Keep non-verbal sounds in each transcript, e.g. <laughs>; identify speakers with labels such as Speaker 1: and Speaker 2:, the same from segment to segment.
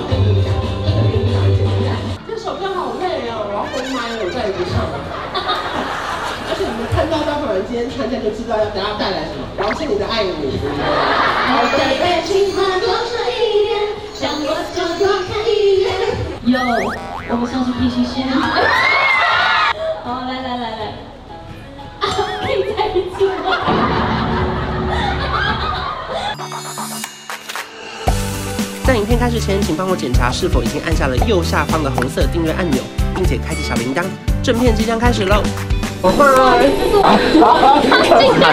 Speaker 1: <laughs> 今天参加就知道要给大家带来什么，王心凌的《爱你》。
Speaker 2: 宝贝的情话多说一点，想我就多看一眼。
Speaker 3: 有，我们上次必须先。 <laughs> 好，来来来来，
Speaker 2: 啊，可以在一起吗？
Speaker 1: 在影片开始前，请帮我检查是否已经按下了右下方的红色订阅按钮，并且开启小铃铛。正片即将开始喽！
Speaker 4: <laughs> 他今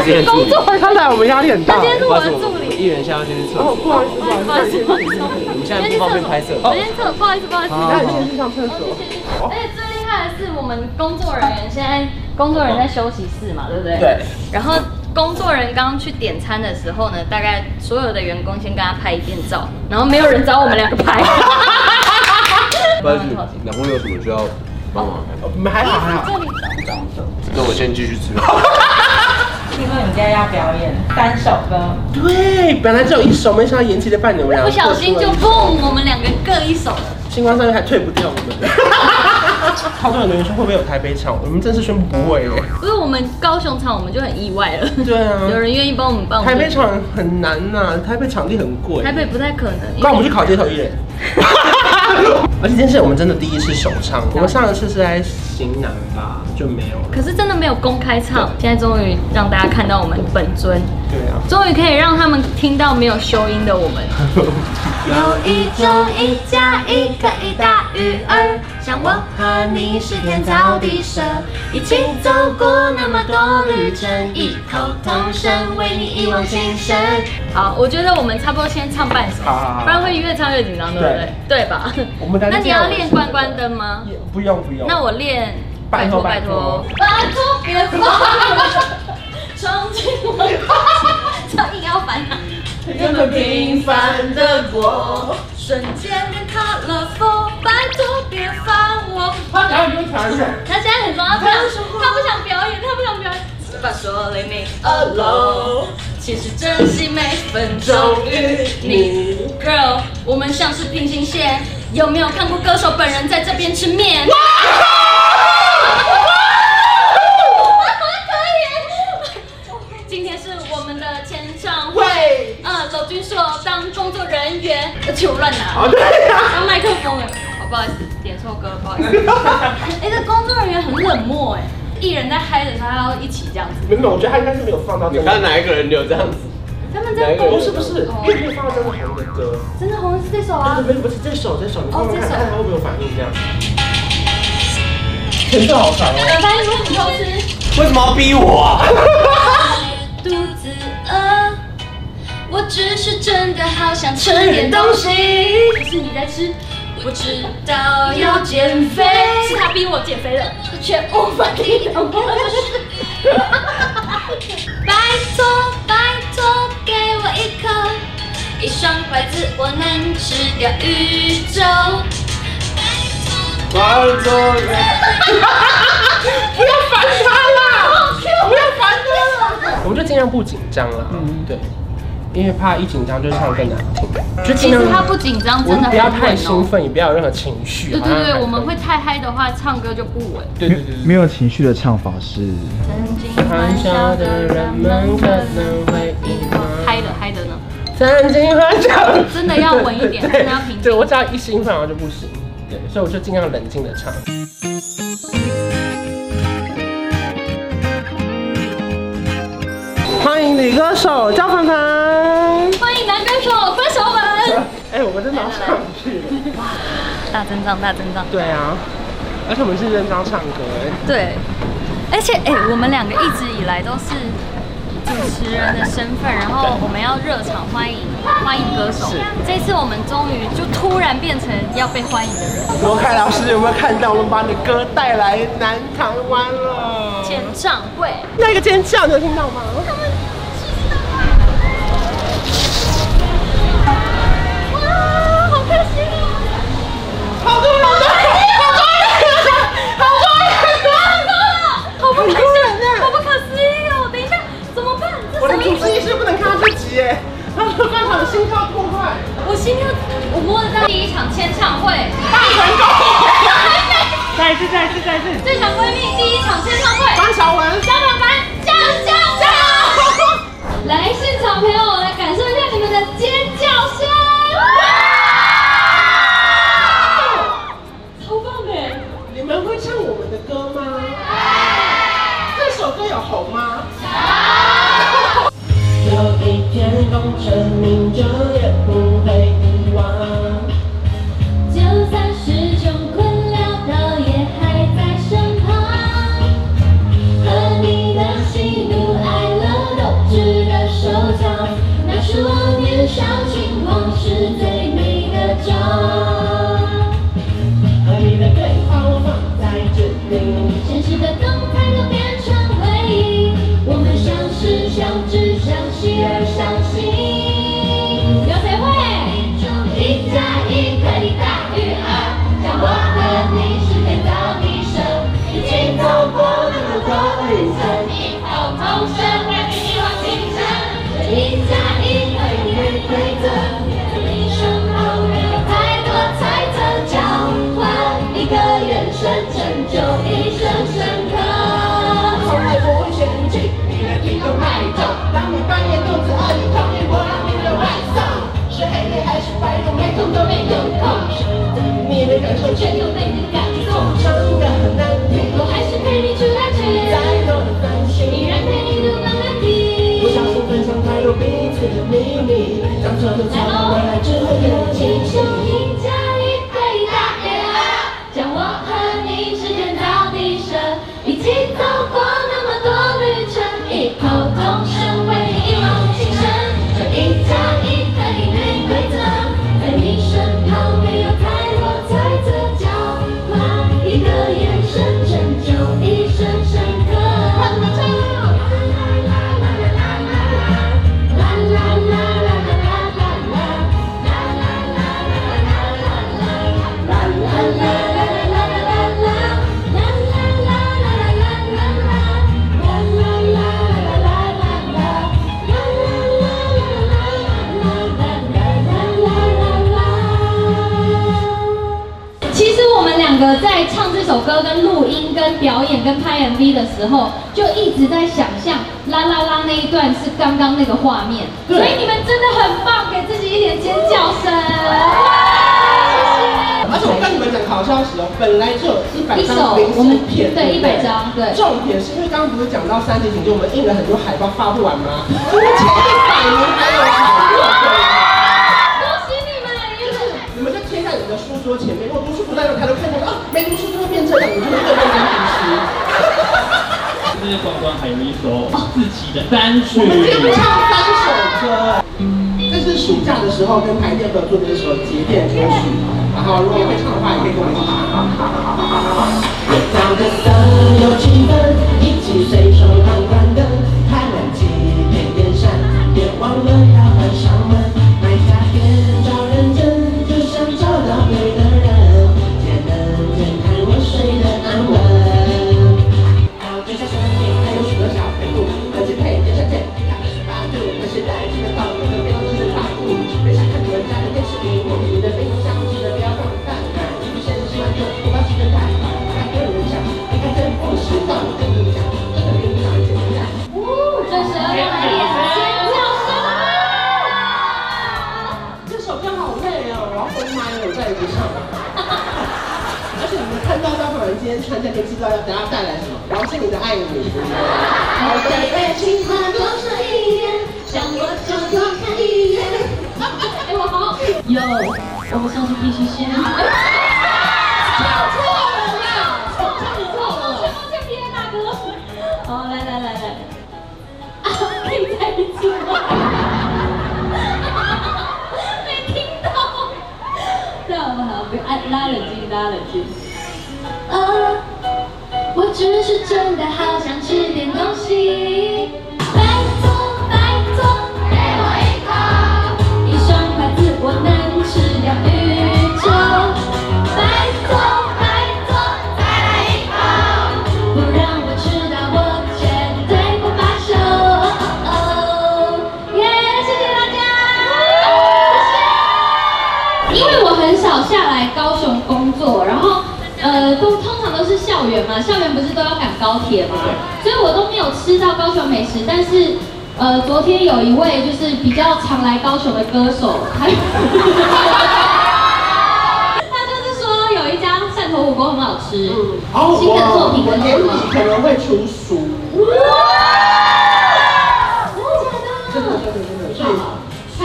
Speaker 4: 天是工作，
Speaker 1: 他来我们压力很大
Speaker 3: 今天是我的助理。
Speaker 4: 理，一人下要先去厕所。
Speaker 1: 不好意思，
Speaker 3: 不好意思，不好意思，我
Speaker 4: 们现在不方便拍摄
Speaker 3: 我先厕，不好意思，不好意思。
Speaker 4: 好好好
Speaker 1: 去上
Speaker 3: 哦
Speaker 1: 厕所。
Speaker 3: 而且哎最厉害的是，我们工作人员现在工作人员在休息室嘛，对不对？
Speaker 4: 对。
Speaker 3: 然后工作人员刚刚去点餐的时候呢，大概所有的员工先跟他拍一遍照，然后没有人找我们两个拍。
Speaker 4: 不好意思，两位有什么需要帮忙？
Speaker 1: 我哦们还好还好。
Speaker 4: 那我先继续吃。 <laughs>
Speaker 5: 听说你今天要表演三首歌，
Speaker 1: 对，本来只有一首，没想到延期了半年，我们两
Speaker 3: <laughs>
Speaker 1: 个
Speaker 3: 不小心就
Speaker 1: 各出了一首
Speaker 3: 蹦，我们两个各一手了。
Speaker 1: 星光三月还退不掉我 <laughs> 们。好多人留言说会不会有台北场，我们正式宣布不会耶。哦
Speaker 3: 不是我们高雄场，我们就很意外了。
Speaker 1: 对啊
Speaker 3: 有人愿意帮我们办。
Speaker 1: 台北，场很难呐、台北场地很贵。
Speaker 3: 台北不太可能。因
Speaker 1: 那
Speaker 3: 为
Speaker 1: 我们去考街头艺 <laughs> 人。而且这件事我们真的第一次首唱，我们上一次是在型南吧，就没有了。
Speaker 3: 可是真的没有公开唱，现在终于让大家看到我们本尊，
Speaker 1: 对啊，
Speaker 3: 终于可以让他们听到没有修音的我们。
Speaker 2: 有一种一加一可以大于二，像我和你是天造地设，一起走过那么多旅程，异口同声为你一往情深。
Speaker 3: 好，我觉得我们差不多先唱半首，
Speaker 1: 好好好
Speaker 3: 不然会越唱越紧张，对不对？对吧？
Speaker 1: 我们来
Speaker 3: 那你要练关关灯吗？
Speaker 1: 也不用不用。
Speaker 3: 那我练，
Speaker 1: 拜托拜托，
Speaker 3: 拜托别放， <laughs> 冲进我的，这硬要啊烦恼。
Speaker 1: 那么平凡的我，
Speaker 3: 瞬间变塌了风，拜托别烦我。
Speaker 1: 他赶快给我调一下。
Speaker 3: 他现在很忙，啊他不想，他不想表演，他不想表演。只把所雷鸣 alone，其实珍惜每分钟与你，girl，我们像是平行线。有没有看过歌手本人在这边吃面？哇！可以。今天是我们的签唱会，呃，娄君硕当工作人员，而且我乱拿。
Speaker 1: 啊对呀、
Speaker 3: 当麦克风哎，哦，不好意思，点错歌，不好意思。 <laughs> 哎、这工作人员很冷漠哎，艺人在嗨的时候还要一起这样子，
Speaker 1: 没有，我觉得他应该是没有放到这个。
Speaker 4: 你看哪一个人留这样子？
Speaker 3: 他们在
Speaker 4: 哪一个
Speaker 1: 不
Speaker 3: 抖
Speaker 1: 是不是，
Speaker 3: 哦
Speaker 1: 因为没有放到真的红的歌。
Speaker 3: 真的红是这首
Speaker 1: 啊，
Speaker 3: 啊，
Speaker 1: 不是不是，这首这首，你放放看，
Speaker 3: 哦这首
Speaker 1: 看他会不会有反应这 <laughs> 样。前奏好长哦。
Speaker 3: 反正你偷吃。
Speaker 4: 为什么要逼我啊？
Speaker 3: <laughs> 肚子饿，我只是真的好想吃点东西。是你在吃，我知道要减肥，是他逼我减肥的，却无法听懂我的 <laughs> 事。拜托拜托，给我一颗，一双筷子我能吃掉宇宙。
Speaker 4: 观众，
Speaker 3: <laughs>
Speaker 1: 我们就尽量不紧张啦，对，因为怕一紧张就唱得更难听，就
Speaker 3: 其
Speaker 1: 尽量
Speaker 3: 实他不紧张，
Speaker 1: 我
Speaker 3: 真
Speaker 1: 们
Speaker 3: 的
Speaker 1: 不要太
Speaker 3: 很
Speaker 1: 兴
Speaker 3: 稳哦。
Speaker 1: 奋，也不要有任何情绪。
Speaker 3: 对
Speaker 1: 好像还
Speaker 3: 对
Speaker 1: 可
Speaker 3: 对，
Speaker 1: 以
Speaker 3: 我们会太嗨的话，唱歌就不稳。
Speaker 1: 对对对对。
Speaker 6: 没有情绪的唱法是，
Speaker 3: 曾经
Speaker 1: 欢
Speaker 3: 欢
Speaker 1: 笑
Speaker 3: 笑
Speaker 1: 的
Speaker 3: 的
Speaker 1: 人
Speaker 3: 人
Speaker 1: 们
Speaker 3: 们
Speaker 1: 可
Speaker 3: 可
Speaker 1: 能
Speaker 3: 能
Speaker 1: 会
Speaker 3: 会
Speaker 1: 遗
Speaker 3: 遗
Speaker 1: 忘
Speaker 3: 忘。
Speaker 1: <laughs>
Speaker 3: 嗨的嗨的呢？
Speaker 1: 曾经很久，
Speaker 3: 真的要稳一点
Speaker 1: 对
Speaker 3: 真的要平静
Speaker 1: 对我只要一兴奋，我就不行。对，所以我就尽量冷静的唱。欢迎女歌手焦凡凡。
Speaker 3: 欢迎男歌手分手本，
Speaker 1: 哎、我们真的要上去了。
Speaker 3: 大阵仗大阵仗。
Speaker 1: 对啊，而且我们是认真要唱歌哎。
Speaker 3: 对，而且哎、我们两个一直以来都是主持人的身份，然后我们要热场欢迎欢迎歌手
Speaker 1: 是。
Speaker 3: 这次我们终于就突然变成要被欢迎的人，
Speaker 1: 罗凯老师有没有看到我们把你歌带来南台湾了？
Speaker 3: 签唱会。
Speaker 1: 那个尖叫，你有听到吗？好多人，
Speaker 3: 啊
Speaker 1: 好多人，好多
Speaker 3: 好不可思议，好不可思议哦！等一下，怎么办？这
Speaker 1: 我
Speaker 3: 什
Speaker 1: 的
Speaker 3: 么
Speaker 1: 主
Speaker 3: 意
Speaker 1: 治医
Speaker 3: 思？
Speaker 1: 师不能看到这集哎，他说观众心跳过快。
Speaker 3: 我心跳，我摸得到第一场签唱会，大成功！再一次，再一次，再一次！最强闺蜜第一场签唱会，
Speaker 1: 张小文，
Speaker 3: 加满班，加油！
Speaker 7: 叫声！来，现场陪我来感受一下你们的尖叫声！超棒的！
Speaker 8: 你们会唱我们的歌吗？这首歌有红吗？有一天，功成名就也不会遗忘。
Speaker 7: 就算是穷困潦倒，也还在身旁。和你的喜怒哀乐都值得收藏，那是我年少轻狂时最美的章。
Speaker 8: 和你的对话我放在这里，
Speaker 7: 现实的动态都变成回忆，我们相识、相知、相惜而相惜。有谁会？一加一可以大于二，让我和你是天造地设，一起走过那么多旅程，一炮同生，让你一往情深。这一加一可以没规则，人生后人有太多猜测，交换一个眼神，成就一生深刻。
Speaker 8: 从来不会嫌弃你的体重太重。当你半夜肚子饿，你讨厌我让你的外送，是黑夜还是白天，每种都没有空。你的感受却
Speaker 7: 却又被你感动，
Speaker 8: 真的很难听，
Speaker 7: 我还是陪你去拉扯，
Speaker 8: 再多的分
Speaker 7: 依
Speaker 8: 析。
Speaker 7: 然陪你度过难题
Speaker 8: 不。小心分享太多彼此的秘密，当初的
Speaker 7: 来
Speaker 8: 错误
Speaker 7: 喽
Speaker 8: 未来只会更清
Speaker 7: 亲
Speaker 8: 晰
Speaker 7: 手。一加一可以大于二，将我和你之间到底舍，一起走过那么多旅程，异口同声为你一往情深。这一加一可以没规则，在你身旁没有太多猜测，交换一个眼神，成就一生深刻。啦啦啦啦啦啦啦。其实我们两个在唱这首歌、跟录音、跟表演、跟拍 MV 的时候，就一直在想象啦啦啦那一段是刚刚那个画面，所以你们真的很棒，给自己一点尖叫声。
Speaker 8: 而且我跟你们讲个好消息哦，本来就有一百
Speaker 7: 一首
Speaker 8: 张明
Speaker 7: 我们
Speaker 8: 信片，
Speaker 7: 对
Speaker 8: 不
Speaker 7: 100张对
Speaker 8: 重点是因为刚刚不是讲到三级警戒，我们印了很多海报发不完吗？今天前一百名还有海报对，
Speaker 7: 恭喜你们！
Speaker 8: 就是你们就贴在你的书桌前面，如果读书不在那，抬头看见啊，没读书就会变这样，你就会更认真读书。
Speaker 9: 这是光光还有一首自己的单曲
Speaker 8: 我，们今天唱三首歌，这是暑假的时候跟台电合作的一首节电歌曲。然后如果会唱的话，也可以跟我们一起唱。月亮的灯有气氛，一起随手关关灯，开暖气点电扇，别忘了要关上门。买家电找认真，就像找到对的人，节能健康我睡得安稳。还有这些产品还有许多小废物，科技配电扇电，一百二十八度，那些带去的道路和变动都是大雾。别小看你们家的电视屏幕，你的冰箱记得不要放饭，买衣服先洗完就不把时间太短，太多人想，你看真不时尚，跟你讲，真的跟你讲简单。
Speaker 7: 这时候要来点尖叫声啦！
Speaker 8: 这首歌好累哦，我要疯麦了，我再也不唱 <laughs> 了。而且你们看到张小文今天参加就知道要等下带来什么，王心凌的《爱你》。
Speaker 7: 我对爱情话多说一点，想我就多看一眼。哎，我好。有，我们上次必须先。好，来来来来，啊，可以再一次吗？没听到。这样好不好？不要，哎，拉冷静，拉冷静。啊。我只是真的好想吃点东西。拜托拜托，给我一口，一双筷子我能吃掉宇宙。拜托拜托，再来一口，不让我吃到我绝对不罢手。哦耶，谢谢大家，谢谢。因为我很少下来高雄工作，然后呃呃，都通常都是校园嘛，校园不是都要赶高铁嘛，所以我都没有吃到高雄美食。但是，呃，昨天有一位就是比较常来高雄的歌手，他 <laughs> 他就是说有一家汕头火锅很好吃，
Speaker 1: 哦，
Speaker 7: 新的作品
Speaker 1: 我
Speaker 7: 跟
Speaker 1: 年
Speaker 7: 什么
Speaker 1: 底可能会出书，真的真的真的，所以说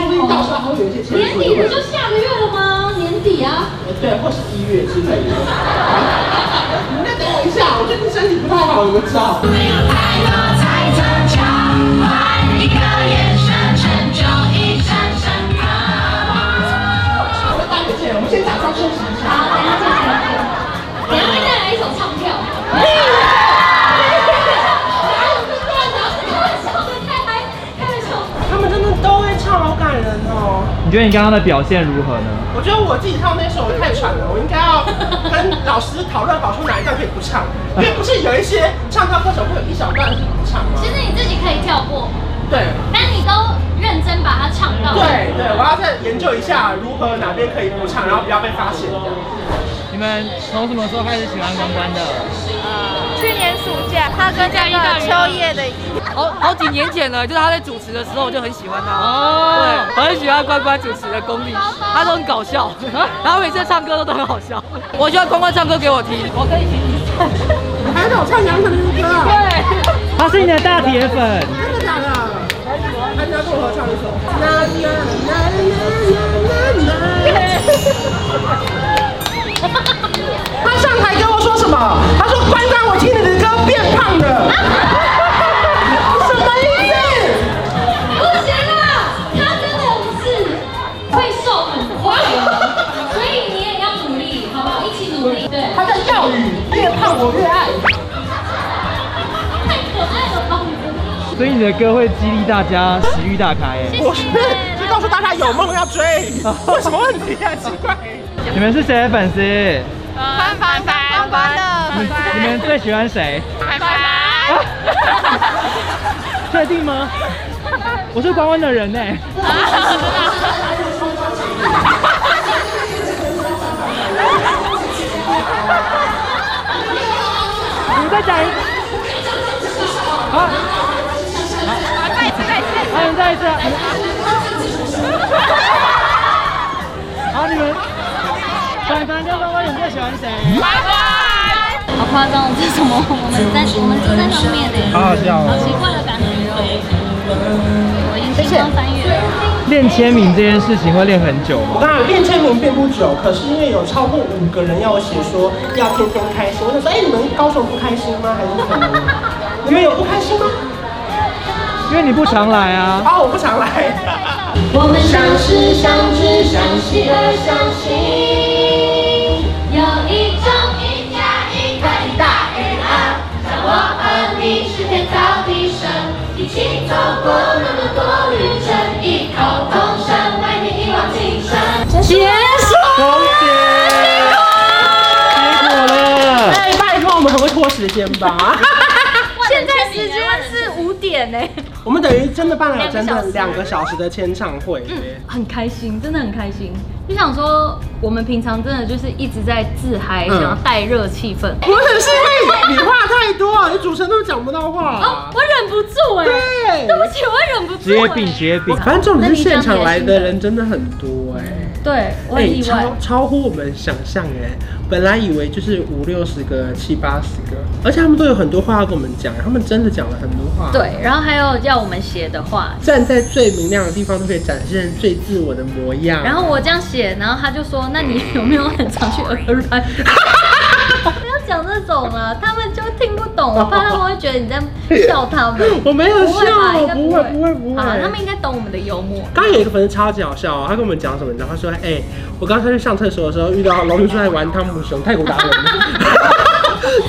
Speaker 1: 不定到时候还会有一些签
Speaker 7: 年
Speaker 1: 署
Speaker 7: 底不
Speaker 1: 的
Speaker 7: 就下个月了吗？年底啊。
Speaker 1: 对，或是一月之类的。你再等我一下，我最近身体不太好，有没有知道？我在搭个线我们先假装休息一下。
Speaker 7: 好，等一下进行一下，等一下会再来一首唱跳。
Speaker 1: 他们真的都会唱，好感人哦。
Speaker 6: 你觉得你刚刚的表现如何呢？
Speaker 1: 我觉得我自己唱那首我太喘了，我应该要跟老师讨论好说哪一段可以不唱， <laughs> 因为不是有一些唱跳歌手会有一小段是不唱吗？
Speaker 10: 其实你自己可以跳过，
Speaker 1: 对
Speaker 10: 但你都认真把它唱到。
Speaker 1: 对对，我要再研究一下如何哪边可以不唱，然后不要被发现。
Speaker 11: 你们从什么时候开始喜欢关关的？
Speaker 3: 去年暑假，他跟那个秋叶的
Speaker 11: 好好几年前了，就是他在主持的时候，我就很喜欢他。哦，对，我很喜欢关关主持的功力，他都很搞笑， <laughs> 然后每次唱歌都都很好笑。我希望关关唱歌给我听，我可以听你唱。
Speaker 1: 还有唱杨丞琳的歌啊？
Speaker 11: 他是你的大铁粉。
Speaker 1: 真的假的？大家跟我合唱一首。啦啦啦啦啦啦啦。他上台跟我说什么？他说：“关关，我听你的歌变胖了。”什么意思？
Speaker 7: 不行啊，他真的是会瘦很快哦，所以你也要努力，好不好？一起努力，对，
Speaker 1: 他在钓鱼，越胖我越爱。
Speaker 7: 太可爱了吧，你真的。
Speaker 6: 所以你的歌会激励大家食欲大开耶。
Speaker 1: 我是就哎告诉大家有梦要追，有什么问题啊？奇怪。
Speaker 6: 你们是谁的粉丝？
Speaker 3: 翻翻翻翻
Speaker 6: 你
Speaker 3: 的
Speaker 6: 你们最喜欢谁？啊
Speaker 3: 翻翻，
Speaker 6: <laughs> 确定吗？我是关关
Speaker 3: <laughs>
Speaker 6: 的人呢。你再讲一次。啊！
Speaker 3: 再一次再一次，
Speaker 6: 好，你再一
Speaker 3: <laughs>
Speaker 6: 次啊。好，你们。凡凡跟关关，你们最喜欢谁？
Speaker 3: 翻翻。
Speaker 10: 好夸张，这是什么？我们在我们坐在上面呢，
Speaker 6: 好好笑
Speaker 10: 好
Speaker 6: 哦。
Speaker 10: 奇怪的感觉哦。我已经星光翻越 <laughs> 了，
Speaker 6: 练签名这件事情会练很久吗？
Speaker 1: 那练签名并不久，可是因为有超过五个人要我写说要天天开心，我想说，哎、你们高手不开心吗？还是什么？你们有不开心吗？
Speaker 6: 因为你不常来啊。
Speaker 1: 啊、我不常来。
Speaker 2: 我们相识、相知、相惜而相惜，有一种一加一可以大于二，让我和你是天造地设，一起走过那么多旅程，异口同声为你一往情深。
Speaker 6: 结束。恭喜。结果了。
Speaker 1: 哎，拜托，我们可不可以拖时间吧？
Speaker 10: 啊
Speaker 3: 现在时间是五点呢，
Speaker 1: 我们等于真的办了整整两个小时的签唱会。
Speaker 3: 很开心，真的很开心。就想说，我们平常真的就是一直在自嗨，想要带热气
Speaker 1: <laughs>
Speaker 3: 氛。
Speaker 1: 不嗯是，是因为你话太多啊，你主持人都讲不到话。
Speaker 3: 哦我忍不住哎、
Speaker 1: 对
Speaker 3: 对不起，我忍不住、
Speaker 6: 职
Speaker 3: 欸。
Speaker 6: 业病，职业病。
Speaker 1: 反正重点是现场来的人真的很多哎、
Speaker 3: 对，我
Speaker 1: 哎、
Speaker 3: 很意外
Speaker 1: 超。超乎我们想象哎、本来以为就是五六十个、七八十个，而且他们都有很多话要跟我们讲，他们真的讲了很多话。，
Speaker 3: 对，然后还有要我们写的话，
Speaker 1: 站在最明亮的地方，都可以展现最自我的模样。
Speaker 3: 然后我这样写，然后他就说：“那你有没有很常去耳
Speaker 1: <laughs>
Speaker 3: 软？”不要讲这种啊，他们就听不
Speaker 1: <laughs>
Speaker 3: 懂，我怕他们会觉得你在笑他们。
Speaker 1: 我没有
Speaker 3: 不会吧？
Speaker 1: 笑，
Speaker 3: 应该
Speaker 1: 不
Speaker 3: 不
Speaker 1: 会
Speaker 3: 会，
Speaker 1: 不会不会。
Speaker 3: 好啦，他们应该懂我们的幽默。
Speaker 1: 刚刚有一个粉丝超级好笑、哦，他跟我们讲什么，你知道？他说：“哎、我刚才去上厕所的时候遇到龙女出来玩汤姆熊泰国达人， <laughs>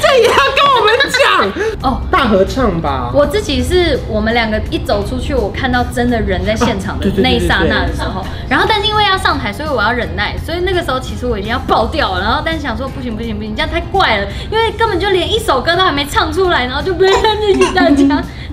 Speaker 1: 这也要跟我们讲
Speaker 3: 哦
Speaker 1: 哦，大合唱吧。”
Speaker 3: 我自己是我们两个一走出去，我看到真的人在现场
Speaker 1: 啊
Speaker 3: 的
Speaker 1: 对对对
Speaker 3: 那一
Speaker 1: 对
Speaker 3: 刹
Speaker 1: 对
Speaker 3: 那的时候，然后但是因为要上台，所以我要忍耐，所以那个时候其实我已经要爆掉了，然后但是想说不行不行不行，这样太怪了，因为根本就连一首歌都还没唱出来，然后就不认识
Speaker 1: <laughs>
Speaker 3: 大家，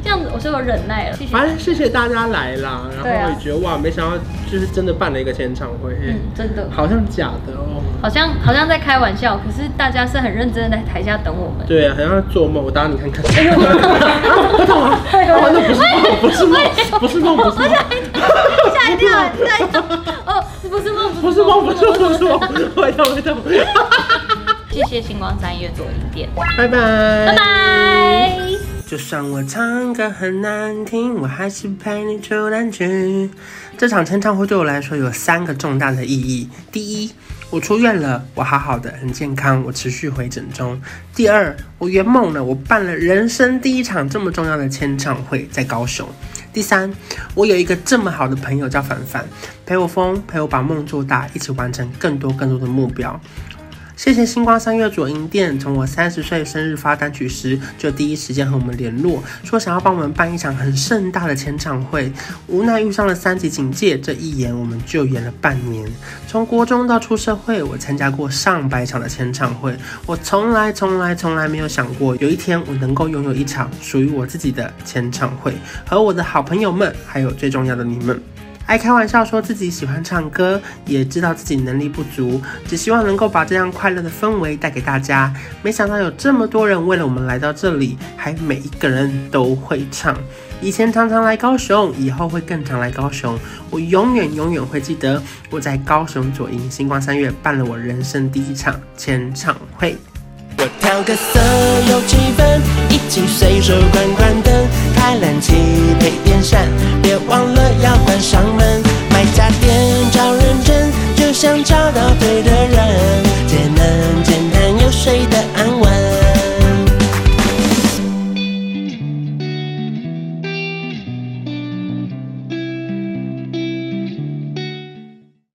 Speaker 3: 这样子，我说我忍耐了，继续
Speaker 1: 反正谢谢大家来啦，然后也觉得、哇，没想到就是真的办了一个签唱会，
Speaker 3: 嗯真的
Speaker 1: 好像假的哦。
Speaker 3: 好像好像在开玩笑，可是大家是很认真的在台下等我们。
Speaker 1: 对啊，好像做梦，我打你看看。哎呦，我打完，那不是梦，不是梦，不是梦，不是梦。
Speaker 3: <laughs>
Speaker 1: <laughs>
Speaker 3: 吓一跳，吓一跳！哦，不是梦，
Speaker 1: 不是梦，不是梦，不是梦，回到回到。
Speaker 3: 谢谢星光三月左一店，
Speaker 1: 拜拜，
Speaker 3: 拜拜。
Speaker 1: 就算我唱歌很难听，我还是陪你出难局。这场签唱会对我来说有三个重大的意义：第一，我出院了，我好好的，很健康，我持续回诊中；第二，我圆梦了，我办了人生第一场这么重要的签唱会，在高雄；第三，我有一个这么好的朋友叫凡凡，陪我疯，陪我把梦做大，一起完成更多更多的目标。谢谢星光三月左营店，从我三十岁生日发单曲时就第一时间和我们联络，说想要帮我们办一场很盛大的签唱会。无奈遇上了三级警戒，这一延我们就延了半年。从国中到出社会，我参加过上百场的签唱会，我从来从来从来没有想过有一天我能够拥有一场属于我自己的签唱会，和我的好朋友们，还有最重要的你们。爱开玩笑说自己喜欢唱歌，也知道自己能力不足，只希望能够把这样快乐的氛围带给大家。没想到有这么多人为了我们来到这里，还每一个人都会唱。以前常常来高雄，以后会更常来高雄。我永远永远会记得我在高雄左营星光三月办了我人生第一场签唱会。
Speaker 7: 我调个色有气氛，一起随手关关灯，开冷气配电扇，别忘了要关上门。买家电找认真，就像找到对的